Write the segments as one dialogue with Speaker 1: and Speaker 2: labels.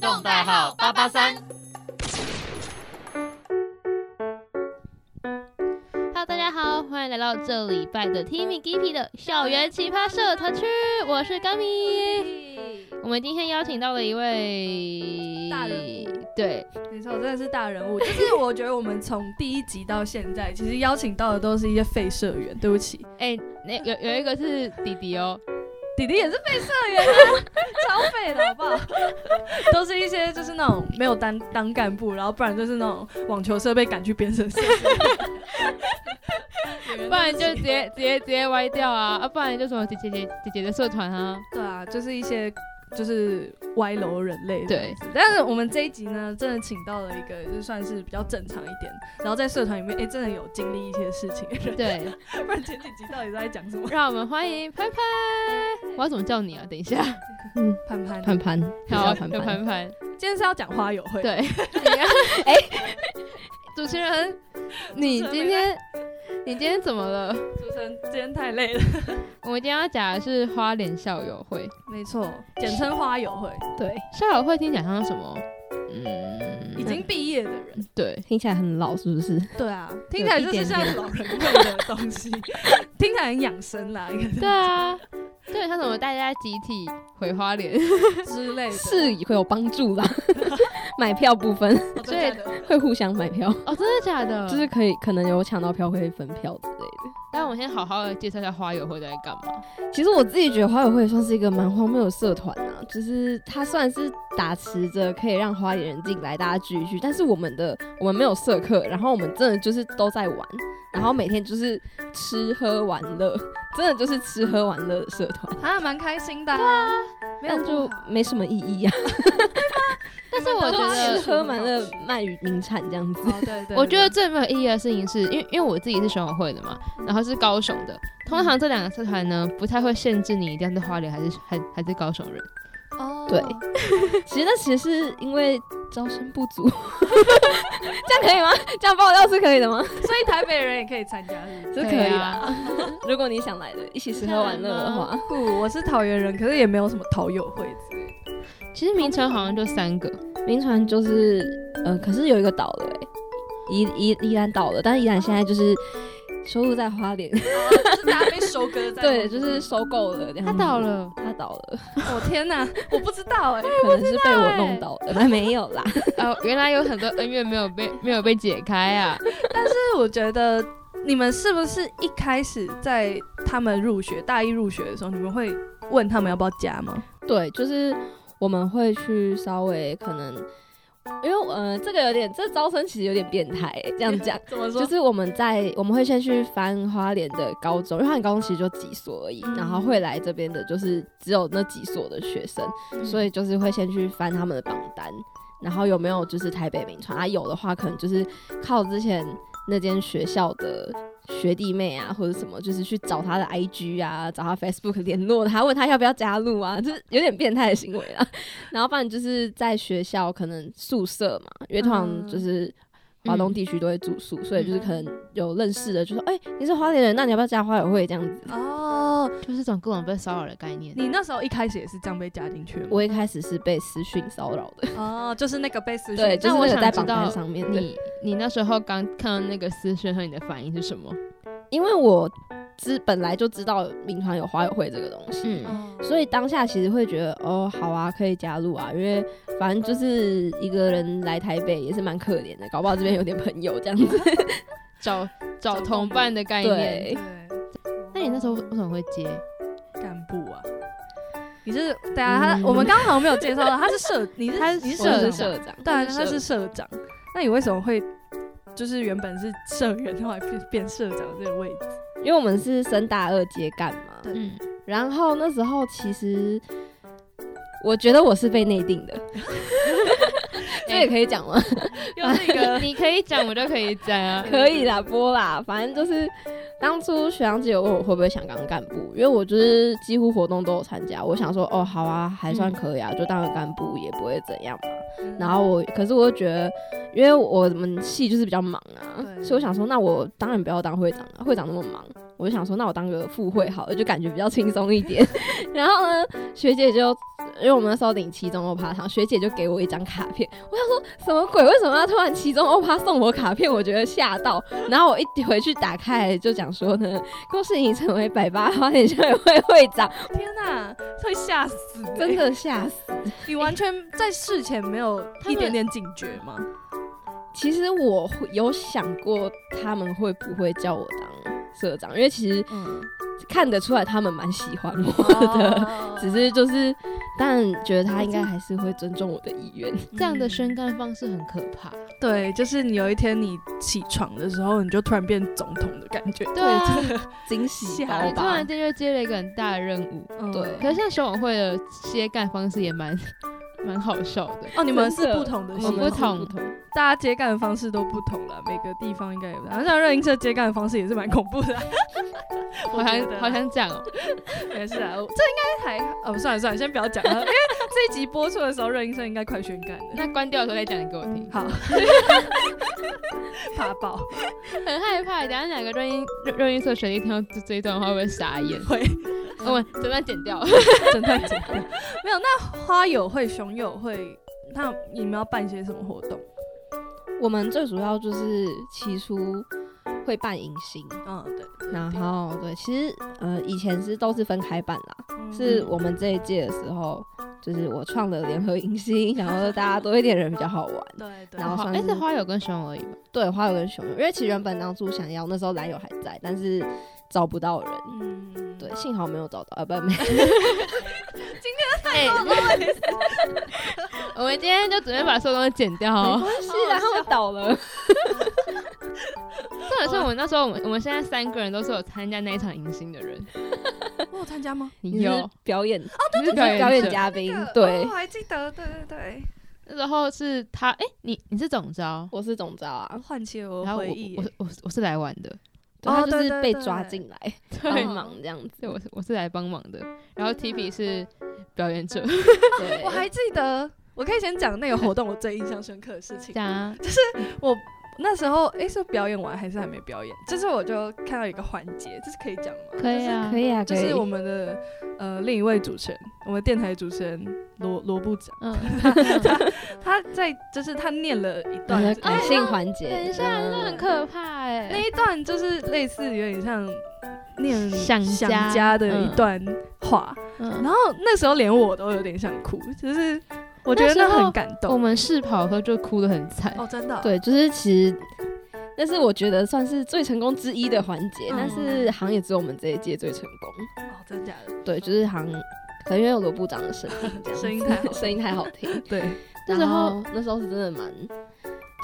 Speaker 1: 动代号八八三。
Speaker 2: Hello，大家好，欢迎来到这礼拜的 Timmy Gippy 的校园奇葩社团区，我是 Gummy。我们今天邀请到了一位
Speaker 3: 大人物，
Speaker 2: 对，
Speaker 3: 没错，真的是大人物。就是我觉得我们从第一集到现在，其实邀请到的都是一些废社员。对不起，
Speaker 2: 哎、那有有一个是弟弟 哦，
Speaker 3: 弟弟也是废社员、啊，超废的好不好？ 都是一些就是那种没有当当干部，然后不然就是那种网球社被赶去变身社。
Speaker 2: 不然就直接直接直接歪掉啊，啊，不然就什么姐姐姐姐姐的社团啊，
Speaker 3: 对啊，就是一些就是歪楼人类。
Speaker 2: 对，
Speaker 3: 但是我们这一集呢，真的请到了一个就算是比较正常一点，然后在社团里面，哎、真的有经历一些事情的人。
Speaker 2: 对，
Speaker 3: 不然前几集到底在讲什么？
Speaker 2: 让我们欢迎潘潘，我要怎么叫你啊？等一下，
Speaker 3: 潘潘，
Speaker 4: 潘潘，
Speaker 2: 好，
Speaker 4: 潘
Speaker 2: 叫潘
Speaker 4: 潘，
Speaker 2: 潘，
Speaker 3: 今天是要讲花友会，
Speaker 2: 对，
Speaker 4: 哎
Speaker 2: 主持人，你今天你今天怎么了？
Speaker 3: 主持人今天太累了，
Speaker 2: 我们今天要讲的是花莲校友会。
Speaker 3: 没错，简称花友会，
Speaker 4: 对，
Speaker 2: 校友会听起来像什么？嗯，
Speaker 3: 已经毕业的人，
Speaker 2: 对，
Speaker 4: 听起来很老，是 不是？
Speaker 3: 对啊，听起来就是像老人会的东西， 听起来很养生啦，应
Speaker 2: 对啊，就很像什么大家集体回花莲，
Speaker 3: 该之类的，
Speaker 4: 是会有帮助 啦，买票部分
Speaker 3: 哦真的假的
Speaker 4: 会互相买票，
Speaker 3: 嗯
Speaker 2: 哦，真的假的？
Speaker 4: 就是，可以可能有抢到票会分票之类的。
Speaker 2: 但我们先好好的介绍一下花友会在干嘛。
Speaker 4: 其实我自己觉得花友会算是一个蛮荒谬的社团啊，就是它虽然是打持着可以让花莲人进来大家聚一聚，但是我们的我们没有社课，然后我们真的就是都在玩，然后每天就是吃喝玩乐，真的就是吃喝玩乐的社团，
Speaker 3: 还蛮开心的，对啊，没有
Speaker 4: 但
Speaker 3: 不
Speaker 4: 就
Speaker 3: 好
Speaker 4: 没什么意义啊。
Speaker 2: 但 是我觉
Speaker 3: 花莲
Speaker 4: 吃
Speaker 2: 得，
Speaker 4: 喝玩乐卖与名产 这样子。
Speaker 3: 哦，对对，
Speaker 2: 我觉得最没有意义的事情是，因为因为我自己是熊友会的嘛，然后是高雄的。通常这两个社团呢，不太会限制你一定要是花莲还是还还是高雄人。
Speaker 3: 对哦
Speaker 4: 对其实那其实是因为招生不 足，这样可以吗？这样爆料是可以的吗？
Speaker 3: 所以台北人也可以参加，是不是
Speaker 4: 是可
Speaker 2: 啊
Speaker 4: 以啦。如果你想来的，一起吃喝玩乐的话，
Speaker 3: 不，我是桃园人，可是也没有什么桃友会之类的，
Speaker 2: 其实名称好像就三个，
Speaker 4: 名传就是呃，可是有一个倒了哎、宜宜宜兰倒了，但是宜兰现在就是收入在花莲，
Speaker 3: 就是大家被收割在，
Speaker 4: 对，就是收购了这样
Speaker 2: 他
Speaker 4: 子。
Speaker 2: 倒了，
Speaker 4: 他倒了，
Speaker 3: 我哦天哪，我不知道哎，
Speaker 4: 可能是被我
Speaker 2: 欸
Speaker 4: 弄倒了，但没有啦。
Speaker 2: 呃，原来有很多恩怨没有被没有被解开啊。
Speaker 3: 但是我觉得你们是不是一开始在他们入学大一入学的时候，你们会问他们要不要加吗？
Speaker 4: 对，就是我们会去稍微可能，因为呃，这个有点，这招生其实有点变态、欸，这样讲
Speaker 3: 。怎么
Speaker 4: 就是我们在我们会先去翻花莲的高中，因为花莲高中其实就几所而已，
Speaker 3: 嗯
Speaker 4: 然后会来这边的就是只有那几所的学生，所
Speaker 3: 以
Speaker 4: 以就是会先去翻他们的榜单，然后有没有就是台北名传啊，有的话可能就是靠之前那间学校的学弟妹啊或者什么，就是去找他的 IG 啊，找他 Facebook 联络他，问他要不要加入啊，就是有点变态的行为啦。然后不然就是在学校可能宿舍嘛，因为通常就是。华东地区都会住宿，所以就是可能有认识的，就说：“哎、你是花莲人，那你要不要加花友会？”这样子。
Speaker 3: 哦，
Speaker 2: 就是种各种被骚扰的概念。
Speaker 3: 你那时候一开始也是这样被加进去吗？
Speaker 4: 我一开始是被私讯骚扰的，
Speaker 3: 哦，就是那个被私讯，
Speaker 4: 对，就
Speaker 2: 那
Speaker 4: 是
Speaker 2: 我
Speaker 4: 那
Speaker 2: 想
Speaker 4: 个在
Speaker 2: 知
Speaker 4: 榜单
Speaker 2: 道
Speaker 4: 上面的。
Speaker 2: 你你那时候刚看到那个私讯和你的反应是什么？
Speaker 4: 因为我知本来就知道民团有花友会这个东西，
Speaker 2: 嗯，
Speaker 3: 哦
Speaker 4: 所以当下其实会觉得哦，好啊，可以加入啊，因为反正就是一个人来台北也是蛮可怜的，搞不好这边有点朋友这样子。
Speaker 2: 找找
Speaker 3: 找
Speaker 2: 同伴的概念。
Speaker 4: 对
Speaker 3: 对，
Speaker 2: 那你那时候为什么会接？
Speaker 3: 干部啊？你是对啊，他、
Speaker 4: 嗯
Speaker 3: 我们刚刚好像没有介绍到，他是社，你是
Speaker 2: 他是
Speaker 3: 你是
Speaker 2: 我
Speaker 3: 社
Speaker 2: 是
Speaker 3: 长，
Speaker 2: 社
Speaker 4: 长，
Speaker 3: 对啊，他
Speaker 4: 他
Speaker 3: 是社长，那你为什么会就是原本是社员，后来变变社长这个位置？
Speaker 4: 因为我们是升大二接干嘛，
Speaker 3: 对
Speaker 2: 嗯，
Speaker 4: 然后那时候其实我觉得我是被内定的，这也可以讲吗？
Speaker 3: 又是 一个
Speaker 2: 你可以讲，我就可以讲 啊。
Speaker 4: 可以啦，播啦，反正就是当初学长姐有问我会不会想当干部，因为我就是几乎活动都有参加，我想说哦好啊，还算可以啊，就当个干部也不会怎样嘛。然后我，可是我又觉得，因为我们系就是比较忙啊，
Speaker 3: 对
Speaker 4: 所以我想说，那我当然不要当会长了，会长那么忙，我就想说，那我当个副会好了，就感觉比较轻松一点。然后呢，学姐就因为我们那时候领期中欧趴糖，学姐就给我一张卡片，我想说什么鬼？为什么要突然期中欧趴送我卡片？我觉得吓到。 然后我一回去打开就讲说呢，恭喜你成为百八花莲校友会会长，
Speaker 3: 天哪，会吓死、欸！
Speaker 4: 真，的吓死。
Speaker 3: 你完全在事前没有
Speaker 2: 他们
Speaker 3: 一点点警觉吗？
Speaker 4: 其实我会有想过他们会不会叫我当社长，因为其实
Speaker 3: 嗯，
Speaker 4: 看得出来他们蛮喜欢 我的，
Speaker 3: 哦
Speaker 4: 只是就是，但觉得他应该还是会尊重我的意 愿。
Speaker 2: 这样的宣干方式很可怕。
Speaker 3: 对，就是你有一天你起床的时候，你就突然变总统的感觉。
Speaker 2: 对啊，
Speaker 4: 惊喜
Speaker 3: 吓
Speaker 4: 包
Speaker 2: 你突
Speaker 4: 吧
Speaker 2: 然，间就接了一个很大的任务。
Speaker 3: 嗯
Speaker 4: 对
Speaker 2: 可是像选委会的接干方式也蛮 蛮好笑的。
Speaker 3: 哦，你们是
Speaker 4: 真的
Speaker 3: 不同的系
Speaker 2: 我
Speaker 3: 统，
Speaker 2: 们不同
Speaker 3: 大家接干的方式都不同了，每个地方应该也不同。像热音社接干的方式也是蛮恐怖的、啊，
Speaker 2: 好
Speaker 3: 我觉
Speaker 2: 想
Speaker 3: 得
Speaker 2: 好想讲哦，
Speaker 3: 没事啊，我这应该还哦，算了算了，先不要讲了， 因为这一集播出的时候，热音社应该快宣干了，
Speaker 2: 那关掉的时候再讲给我听。
Speaker 3: 好，怕爆
Speaker 2: 很害怕，等一下哪个热音热热音社学弟听到这这一段的话会不会傻 眼？
Speaker 3: 会，
Speaker 2: 我们整段剪掉。
Speaker 3: 真的真的没有。那花友会、熊友会，那你们要办些什么活动？
Speaker 4: 我们最主要就是起初会办迎新，
Speaker 3: 嗯，对，
Speaker 4: 然后对，其实呃以前是都是分开办啦，
Speaker 3: 嗯
Speaker 4: 是我们这一届的时候，就是我创了联合迎新，然后大家多一点人比较好玩。
Speaker 3: 对对
Speaker 4: 然后
Speaker 2: 花
Speaker 4: 算
Speaker 2: 哎
Speaker 4: 是
Speaker 2: 是花友跟熊而已吧。
Speaker 4: 对，花友跟熊友，因为其实原本当初想要那时候蓝友还在，但是找不到人。
Speaker 3: 嗯，
Speaker 4: 对，幸好没有找到啊，不，没
Speaker 2: 哎，我们今天就准备把所有东西剪掉哦。
Speaker 4: 关系啦，他们倒了。
Speaker 2: 重点是我们那时候，我们我们现在三个人都是有参加那一场迎新的 人。
Speaker 3: 我有参加吗？
Speaker 4: 你
Speaker 2: 有哦
Speaker 4: 是，表演，
Speaker 2: 对
Speaker 4: 你是表演。嘉宾，嗯对
Speaker 3: 我，还记得，对对对，
Speaker 2: 那时候是他，哎，你你是总招，
Speaker 4: 我是总招啊，
Speaker 3: 唤起了我
Speaker 2: 然后
Speaker 3: 的
Speaker 2: 我
Speaker 3: 回忆
Speaker 2: 我。我我是来玩的，
Speaker 4: 对
Speaker 3: 哦
Speaker 4: 他就
Speaker 3: 对
Speaker 4: 是
Speaker 3: 对
Speaker 4: 被
Speaker 3: 对
Speaker 4: 抓进来
Speaker 2: 对
Speaker 4: 帮忙这样
Speaker 2: 对，
Speaker 4: 子。
Speaker 2: 我是我是来帮忙的。然后 T P 是表演 者，嗯
Speaker 4: 对，
Speaker 3: 我还记得，我可以先讲那个活动我最印象深刻的事 情。
Speaker 2: 讲啊，
Speaker 3: 我那时候诶，是表演完还是还没表演？就是我就看到一个环节，这是可以讲吗？
Speaker 2: 可以啊
Speaker 4: 可，以啊，
Speaker 3: 就
Speaker 4: 可
Speaker 3: 是
Speaker 4: 以
Speaker 3: 我们的呃另一位主持人，我们电台主持人罗罗部长，
Speaker 2: 嗯，
Speaker 3: 他在就是他念了一
Speaker 4: 我
Speaker 3: 段
Speaker 4: 的
Speaker 3: 这个，
Speaker 4: 呃感性环节。
Speaker 2: 等一下，那很
Speaker 4: 嗯
Speaker 2: 可怕哎。
Speaker 3: 那一段就是类似有点像念
Speaker 2: 想家
Speaker 3: 想家的一段话，
Speaker 2: 嗯
Speaker 3: 然后那时候连我都有点想哭，就是我觉得
Speaker 2: 那时候
Speaker 3: 很感
Speaker 2: 我
Speaker 3: 动。
Speaker 2: 们试跑的时候就哭得很惨，
Speaker 3: 哦，真的哦、
Speaker 4: 对，就是其实，但是我觉得算是最成功之一的环节，
Speaker 3: 嗯
Speaker 4: 但是好像也只有我们这一届最成功。
Speaker 3: 哦，真假的，
Speaker 4: 对，就是好像可能因为有罗部长的声音，这
Speaker 3: 声
Speaker 4: 样
Speaker 3: 音太好
Speaker 4: 声音太好 听。
Speaker 3: 对，
Speaker 2: 那
Speaker 4: 那
Speaker 2: 时
Speaker 4: 时
Speaker 2: 候
Speaker 4: 候那时候是真的蛮，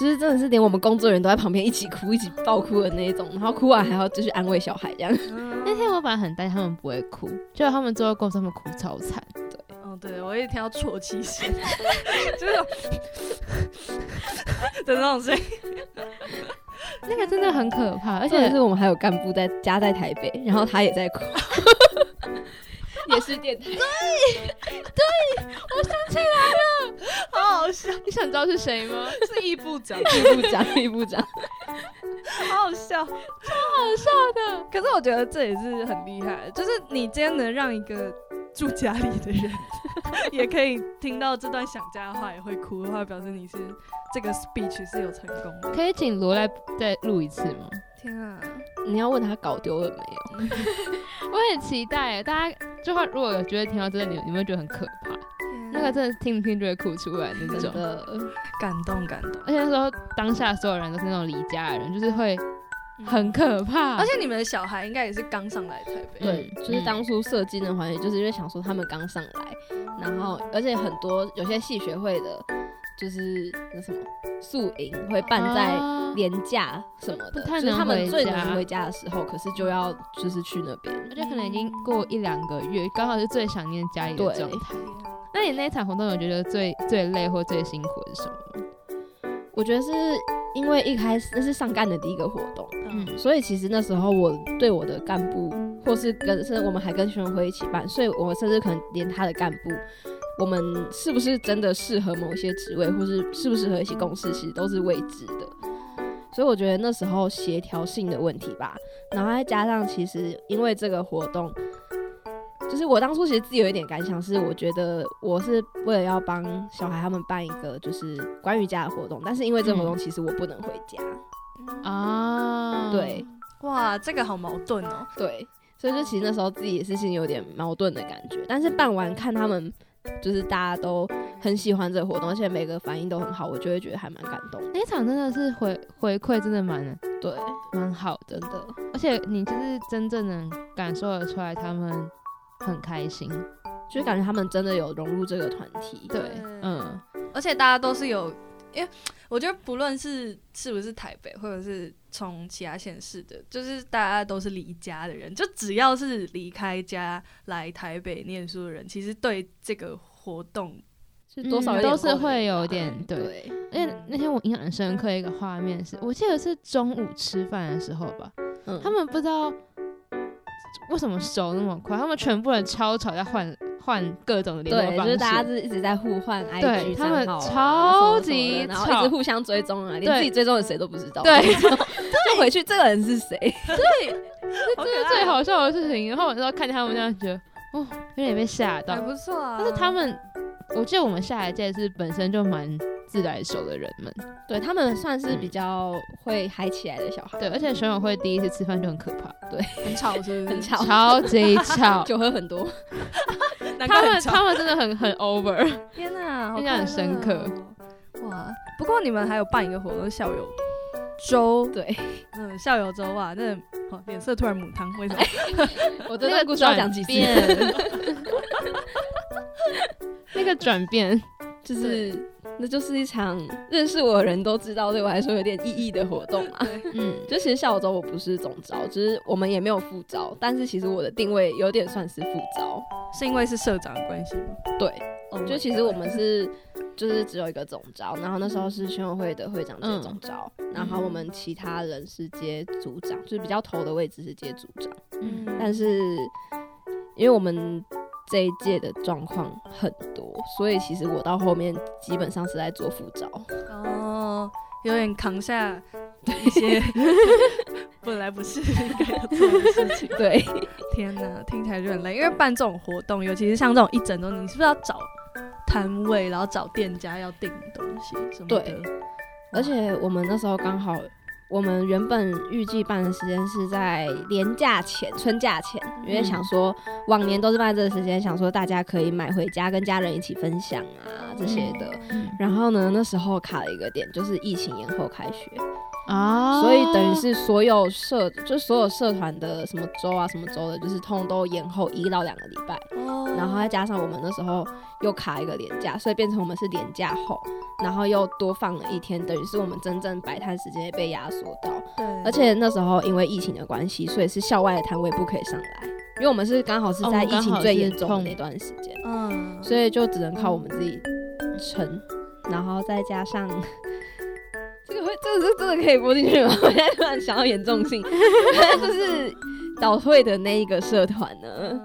Speaker 4: 就是真的是连我们工作人员都在旁边一起哭，一起爆哭的那一种，然后哭完还要继续安慰小孩这样。
Speaker 3: 嗯
Speaker 2: 那天我本来很担心他们不会哭，结果他们最后告诉他们哭超惨。
Speaker 3: 嗯，对，我一听到啜泣声， 就是那种 的那种声音。
Speaker 2: 那个真的很可怕， 而
Speaker 4: 而且
Speaker 2: 且
Speaker 4: 是我们还有干部在家在台北，然后他也 在哭。也是电台，
Speaker 3: 好好笑，
Speaker 2: 你想知道是谁吗？
Speaker 3: 是易部长，
Speaker 4: 一部长，一部长，
Speaker 3: 好好笑，超好笑的。可是我觉得这也是很厉害，就是你今天能让一个住家里的 人也可以听到这段想家的话，也会哭的话，表示你是这个 speech 是有成功的。
Speaker 2: 可以请罗来再录一次吗？
Speaker 3: 天啊，
Speaker 4: 你要问他搞丢了没有？
Speaker 2: 我很期待，大家就话如果有觉得听到这个，你你们会觉得很可怕，
Speaker 3: 啊
Speaker 2: 那个真的听不听就会哭出来的那种
Speaker 4: 真。的。
Speaker 3: 感动感动，
Speaker 2: 而且那时候当下所有人都是那种离家的人，就是会很可 怕。
Speaker 3: 嗯而且你们的小孩应该也是刚上来台北，
Speaker 4: 对，
Speaker 2: 嗯
Speaker 4: 就是当初设计的环节，就是因为想说他们刚上来，然后而且很多有些系学会的，就是那什么宿营会办在
Speaker 2: 啊
Speaker 4: 廉价什么
Speaker 2: 不
Speaker 4: 的，
Speaker 2: 太
Speaker 4: 就是
Speaker 2: 能
Speaker 4: 他们
Speaker 2: 回
Speaker 4: 最
Speaker 2: 家嗯
Speaker 4: 能回家的时候，可是就要就是去那边。
Speaker 2: 而且可能已经过一两个月，刚好是最想念家里的
Speaker 4: 对
Speaker 2: 状态。那你那一场活动有觉得最最累或最辛苦的是什么吗？
Speaker 4: 我觉得是因为一开始那是上干的第一个活动，
Speaker 2: 嗯
Speaker 3: 嗯，
Speaker 4: 所以其实那时候我对我的干部，或是跟甚至我们还跟学生会一起办，所以我甚至可能连他的干部，我们是不是真的适合某一些职位，或是适不适合一起共事，其实都是未知的。所以我觉得那时候协调性的问题吧，然后再加上其实因为这个活动，就是我当初其实自己有一点感想，是我觉得我是为了要帮小孩他们办一个就是关于家的活动，但是因为这个活动其实我不能回家，
Speaker 2: 啊，
Speaker 4: 对，
Speaker 3: 哇，这个好矛盾哦。
Speaker 4: 对，所以就其实那时候自己也是心里有点矛盾的感觉。但是办完看他们就是大家都很喜欢这个活动，而且每个反应都很好，我就会觉得还蛮感动的。
Speaker 2: 那场真的是回回馈真的蛮
Speaker 4: 对，
Speaker 2: 蛮好的
Speaker 4: 真，的，
Speaker 2: 而且你就是真正能感受得出来他们很开心，
Speaker 4: 就感觉他们真的有融入这个团体。
Speaker 2: 对
Speaker 3: 对，
Speaker 2: 嗯，
Speaker 3: 而且大家都是有，因为我觉得不论是是不是台北，或者是从其他县市的，就是大家都是离家的人，就只要是离开家来台北念书的人，其实对这个活动，
Speaker 4: 就多少有
Speaker 2: 嗯
Speaker 4: 点
Speaker 2: 都是
Speaker 4: 后悔
Speaker 2: 会有
Speaker 4: 吧
Speaker 2: 点对
Speaker 4: 对，
Speaker 2: 而且那天我印象很深刻一个画面是，我记得是中午吃饭的时候吧，
Speaker 4: 嗯
Speaker 2: 他们不知道为什么熟那么快，他们全部人超吵在换换各种的联络
Speaker 4: 对，
Speaker 2: 方
Speaker 4: 就
Speaker 2: 式，
Speaker 4: 是大家是一直在互换 IG
Speaker 2: 他们
Speaker 4: 账号啊
Speaker 2: 超
Speaker 4: 什么什么的
Speaker 2: 级
Speaker 4: 然后
Speaker 2: 吵
Speaker 4: 一直互相追踪啊，连
Speaker 2: 对
Speaker 4: 自己追踪的谁都不知道。
Speaker 2: 对
Speaker 4: 就就回去这个人是谁？
Speaker 2: 这
Speaker 3: 好可
Speaker 2: 是
Speaker 3: 爱
Speaker 2: 最好笑的事情。然后我那时候看见他们这样，觉得哦，有点被吓到
Speaker 3: 还。不错啊。
Speaker 2: 但是他们，我记得我们下一届是本身就蛮自来熟的人们，
Speaker 4: 对他们算是
Speaker 2: 嗯
Speaker 4: 比较会嗨起来的小孩，
Speaker 2: 对，而且选委会第一次吃饭就很可怕，
Speaker 3: 很吵，是不是？
Speaker 4: 很，吵，
Speaker 2: 超级 吵。
Speaker 4: 酒喝很多。
Speaker 2: 他们他们真的很很 over，
Speaker 3: 天哪，好
Speaker 2: 印象很深刻
Speaker 3: 快乐哦。哇，不过你们还有办一个活动，校友周，
Speaker 4: 对
Speaker 3: 嗯，校友周啊，那好脸色突然母汤， 为什么？
Speaker 4: 我
Speaker 2: 那
Speaker 4: 对这个
Speaker 2: 个
Speaker 4: 故事要讲几次，
Speaker 2: 转变 那个转变，
Speaker 4: 就是那就是一场认识我的人都知道，对我来说有点意义的活动啊。
Speaker 2: 嗯，
Speaker 4: 就其实下午周我不是总招，就是我们也没有副招，但是其实我的定位有点算是副招。
Speaker 3: 是因为是社长的关系吗？
Speaker 4: 对，
Speaker 3: Oh my
Speaker 4: 就其实我们是就是只有一个总招，然后那时候是选委会的会长接总招，然后我们其他人是接组长，就是比较头的位置是接组长，
Speaker 3: 嗯
Speaker 4: 但是因为我们。这一届的状况很多，所以其实我到后面基本上是在做副招，
Speaker 3: 哦，有点扛下一 些本来不是 应该要做的事情。
Speaker 4: 对，
Speaker 3: 天哪，听起来就很累，因为办这种活动，尤其是像这种一整周，你是不是要找摊位，然后找店家要订东西什么的？
Speaker 4: 对而且我们那时候刚好，我们原本预计办的时间是在年假前、春假前，因为想说往年都是办这个时间，想说大家可以买回家跟家人一起分享啊这些
Speaker 3: 嗯
Speaker 4: 的。然后呢，那时候卡了一个点，就是疫情延后开学，
Speaker 2: 啊
Speaker 4: 所以等于是所有社，就所有社团的什么周啊、什么周的，就是通都延后一到两个礼拜。
Speaker 3: 哦，
Speaker 4: 然后再加上我们那时候又卡一个廉价，所以变成我们是廉价后，然后又多放了一天，等于是我们真正摆摊时间也被压缩到。
Speaker 3: 对，
Speaker 4: 而且那时候因为疫情的关系，所以是校外的摊位不可以上来，因为我们是刚好是
Speaker 2: 哦我
Speaker 4: 在
Speaker 2: 们
Speaker 4: 疫情
Speaker 2: 刚好
Speaker 4: 最
Speaker 2: 是
Speaker 4: 严重的
Speaker 2: 碰
Speaker 4: 那段时间，
Speaker 3: 嗯，
Speaker 4: 所以就只能靠我们自己撑，然后再加上。这个会，这个是真的可以播进去吗？ 我现在突然想到严重性，就是导会的那一个社团呢，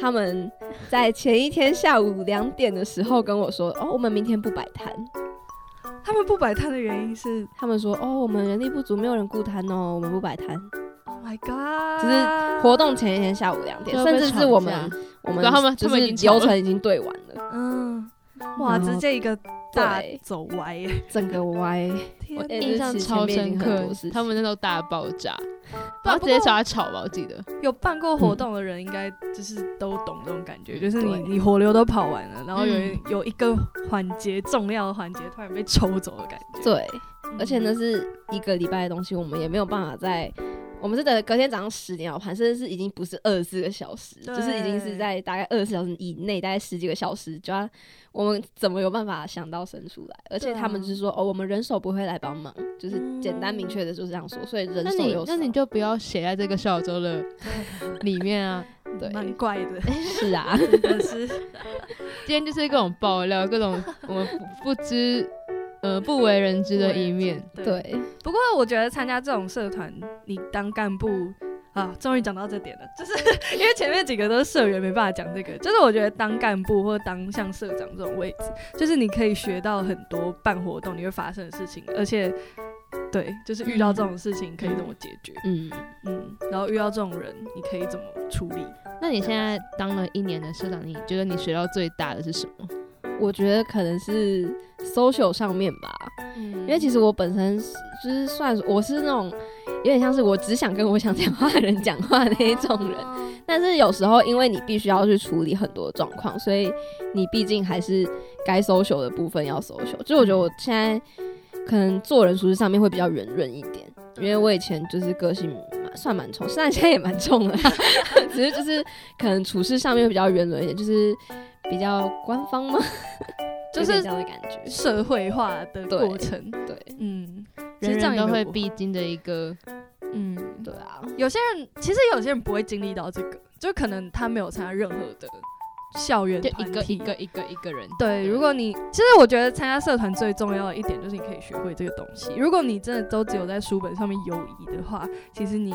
Speaker 4: 他们在前一天下午两点的时候跟我说，哦，我们明天不摆摊。
Speaker 3: 他们不摆摊的原因是
Speaker 4: 他们说，哦，我们人力不足，没有人顾摊哦，我们不摆摊。
Speaker 3: ，Oh my God，
Speaker 4: 只是活动前一天下午两点，
Speaker 2: 就
Speaker 4: 甚
Speaker 2: 被
Speaker 4: 至是
Speaker 2: 吵
Speaker 4: 我
Speaker 2: 架
Speaker 4: 们我们
Speaker 2: 对他们
Speaker 4: 就
Speaker 2: 他们
Speaker 4: 是
Speaker 2: 已经吵
Speaker 4: 流
Speaker 2: 了
Speaker 4: 程已经对完了，
Speaker 3: 嗯，哇，
Speaker 4: 然后
Speaker 3: 直接一个大
Speaker 4: 对
Speaker 3: 走歪耶！
Speaker 4: 整个歪。
Speaker 3: 天
Speaker 4: 我
Speaker 3: 哪
Speaker 2: 印象超深刻，他们那时候大爆炸，然后直接找他吵吧，我记得。
Speaker 3: 有办过活动的人，应该就是都懂这种感觉，就是你
Speaker 4: 嗯对
Speaker 3: 你火流都跑完了，然后有
Speaker 2: 嗯
Speaker 3: 一有一个环节重要的环节突然被抽走的感觉。
Speaker 4: 对，
Speaker 3: 嗯
Speaker 4: 而且那，是一个礼拜的东西，我们也没有办法在。我们是等隔天早上十点要盘，甚至是已经不是二十四个小时，
Speaker 3: 对
Speaker 4: 就是已经是在大概二十四小时以内，大概十几个小时，就要我们怎么有办法想到生出来？而且
Speaker 3: 对啊
Speaker 4: 他们就是说，哦，我们人手不会来帮忙，就是简单明确的就是这样说，所以人
Speaker 2: 那
Speaker 4: 手
Speaker 2: 你
Speaker 4: 有
Speaker 2: 那
Speaker 4: 少
Speaker 2: 你就不要写在这个小周的里面 啊！
Speaker 4: 对
Speaker 3: 蛮怪 的，
Speaker 4: 是 啊，
Speaker 3: 真的是
Speaker 2: 今天就是各种爆料，各种我们不不知呃不为人知的一面。
Speaker 3: 对。
Speaker 4: 对，
Speaker 3: 不过我觉得参加这种社团，你当干部。啊，终于讲到这点了，就是 因为前面几个都是社员，没办法讲这个。就是我觉得当干部或当像社长这种位置，就是你可以学到很多办活动你会发生的事情，而且，对，就是遇到这种事情可以怎么解决。
Speaker 4: 嗯。
Speaker 3: 嗯，然后遇到这种人，你可以怎么处理？
Speaker 2: 那你现在当了一年的社长，你觉得你学到最大的是什么？
Speaker 4: 我觉得可能是 social 上面吧，
Speaker 2: 嗯，因
Speaker 4: 因为其实我本身是就是算我是那种有点像是我只想跟我想讲话的人讲话的那种人，
Speaker 3: 哦
Speaker 4: 但是有时候因为你必须要去处理很多状况，所以你毕竟还是该 social 的部分要 social。就我觉得我现在可能做人处事上面会比较圆润一点，因为我以前就是个性蛮算蛮冲，虽然现在也蛮冲了， 只是就是可能处事上面会比较圆润一点，就是比较官方吗？
Speaker 3: 就
Speaker 4: 有点
Speaker 3: 是
Speaker 4: 这样的感觉，
Speaker 3: 社会化的
Speaker 4: 对
Speaker 3: 过程。
Speaker 4: 对
Speaker 3: 嗯，其
Speaker 2: 人
Speaker 3: 实这样
Speaker 2: 人
Speaker 3: 也
Speaker 2: 都
Speaker 3: 没
Speaker 2: 会
Speaker 3: 有不好。
Speaker 2: 必经的一个，
Speaker 3: 嗯，
Speaker 4: 对啊。
Speaker 3: 有些人其实有些人不会经历到这个，就可能他没有参加任何的校园
Speaker 2: 就
Speaker 3: 团
Speaker 2: 一个
Speaker 3: 体
Speaker 2: 一个一个一个人。
Speaker 3: 对，如果你其实我觉得参加社团最重要的一点就是你可以学会这个东西。如果你真的都只有在书本上面游移的话，其实你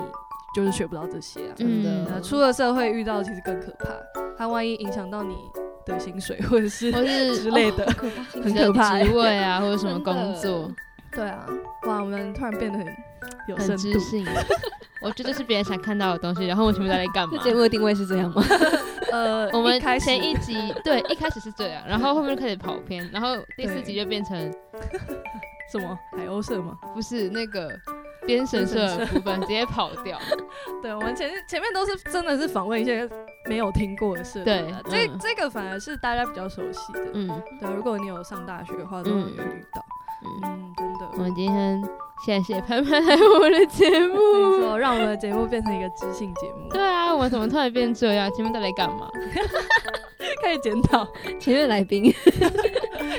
Speaker 3: 就是学不到这些啊。
Speaker 4: 真的
Speaker 3: 呃
Speaker 2: 嗯，
Speaker 3: 出了社会遇到其实更可怕，它万一影响到你的薪水或者 是
Speaker 2: 嗯或是
Speaker 3: 之 类的，
Speaker 2: 你
Speaker 3: 很
Speaker 2: 的
Speaker 3: 可怕欸
Speaker 2: 职位啊，或者什么
Speaker 4: 真的
Speaker 2: 工作，
Speaker 3: 对啊，哇，我们突然变得很有深
Speaker 2: 很知
Speaker 3: 度。
Speaker 2: 性。我觉得这是别人想看到的东西，然后我们全部在干
Speaker 4: 这
Speaker 2: 嘛？
Speaker 4: 节目的定位是这样吗？
Speaker 3: 呃，
Speaker 2: 我们
Speaker 3: 一开始
Speaker 2: 前一 集对一开始是这样，然后后面就开始跑偏，然后第四
Speaker 3: 对
Speaker 2: 集就变成
Speaker 3: 什么海鸥社吗？
Speaker 2: 不是那个边神社的部分直接跑掉。
Speaker 3: 对，我们前前面都是真的是访问一些没有听过的社团啊、
Speaker 2: 对
Speaker 3: 这、
Speaker 2: 嗯
Speaker 3: 这个反而是大家比较熟悉的。
Speaker 2: 嗯，
Speaker 3: 对，如果你有上大学的话，都会有遇到。嗯，真的。
Speaker 2: 我们今天谢谢潘潘来我们的节
Speaker 3: 没
Speaker 2: 目。
Speaker 3: 错，让我们的节目变成一个知性节目，
Speaker 2: 对啊，我们怎么突然变这样？前面到底干嘛？
Speaker 3: 开始检讨。
Speaker 4: 前面来宾，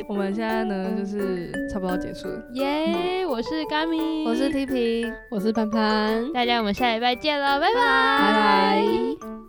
Speaker 3: 我们现在呢，就是差不多要结束了。
Speaker 2: 耶、嗯我是 g a m i
Speaker 3: 皮皮，
Speaker 4: 我是潘潘，
Speaker 2: 大家，我们下礼拜见了，拜拜。
Speaker 3: 拜
Speaker 4: 拜拜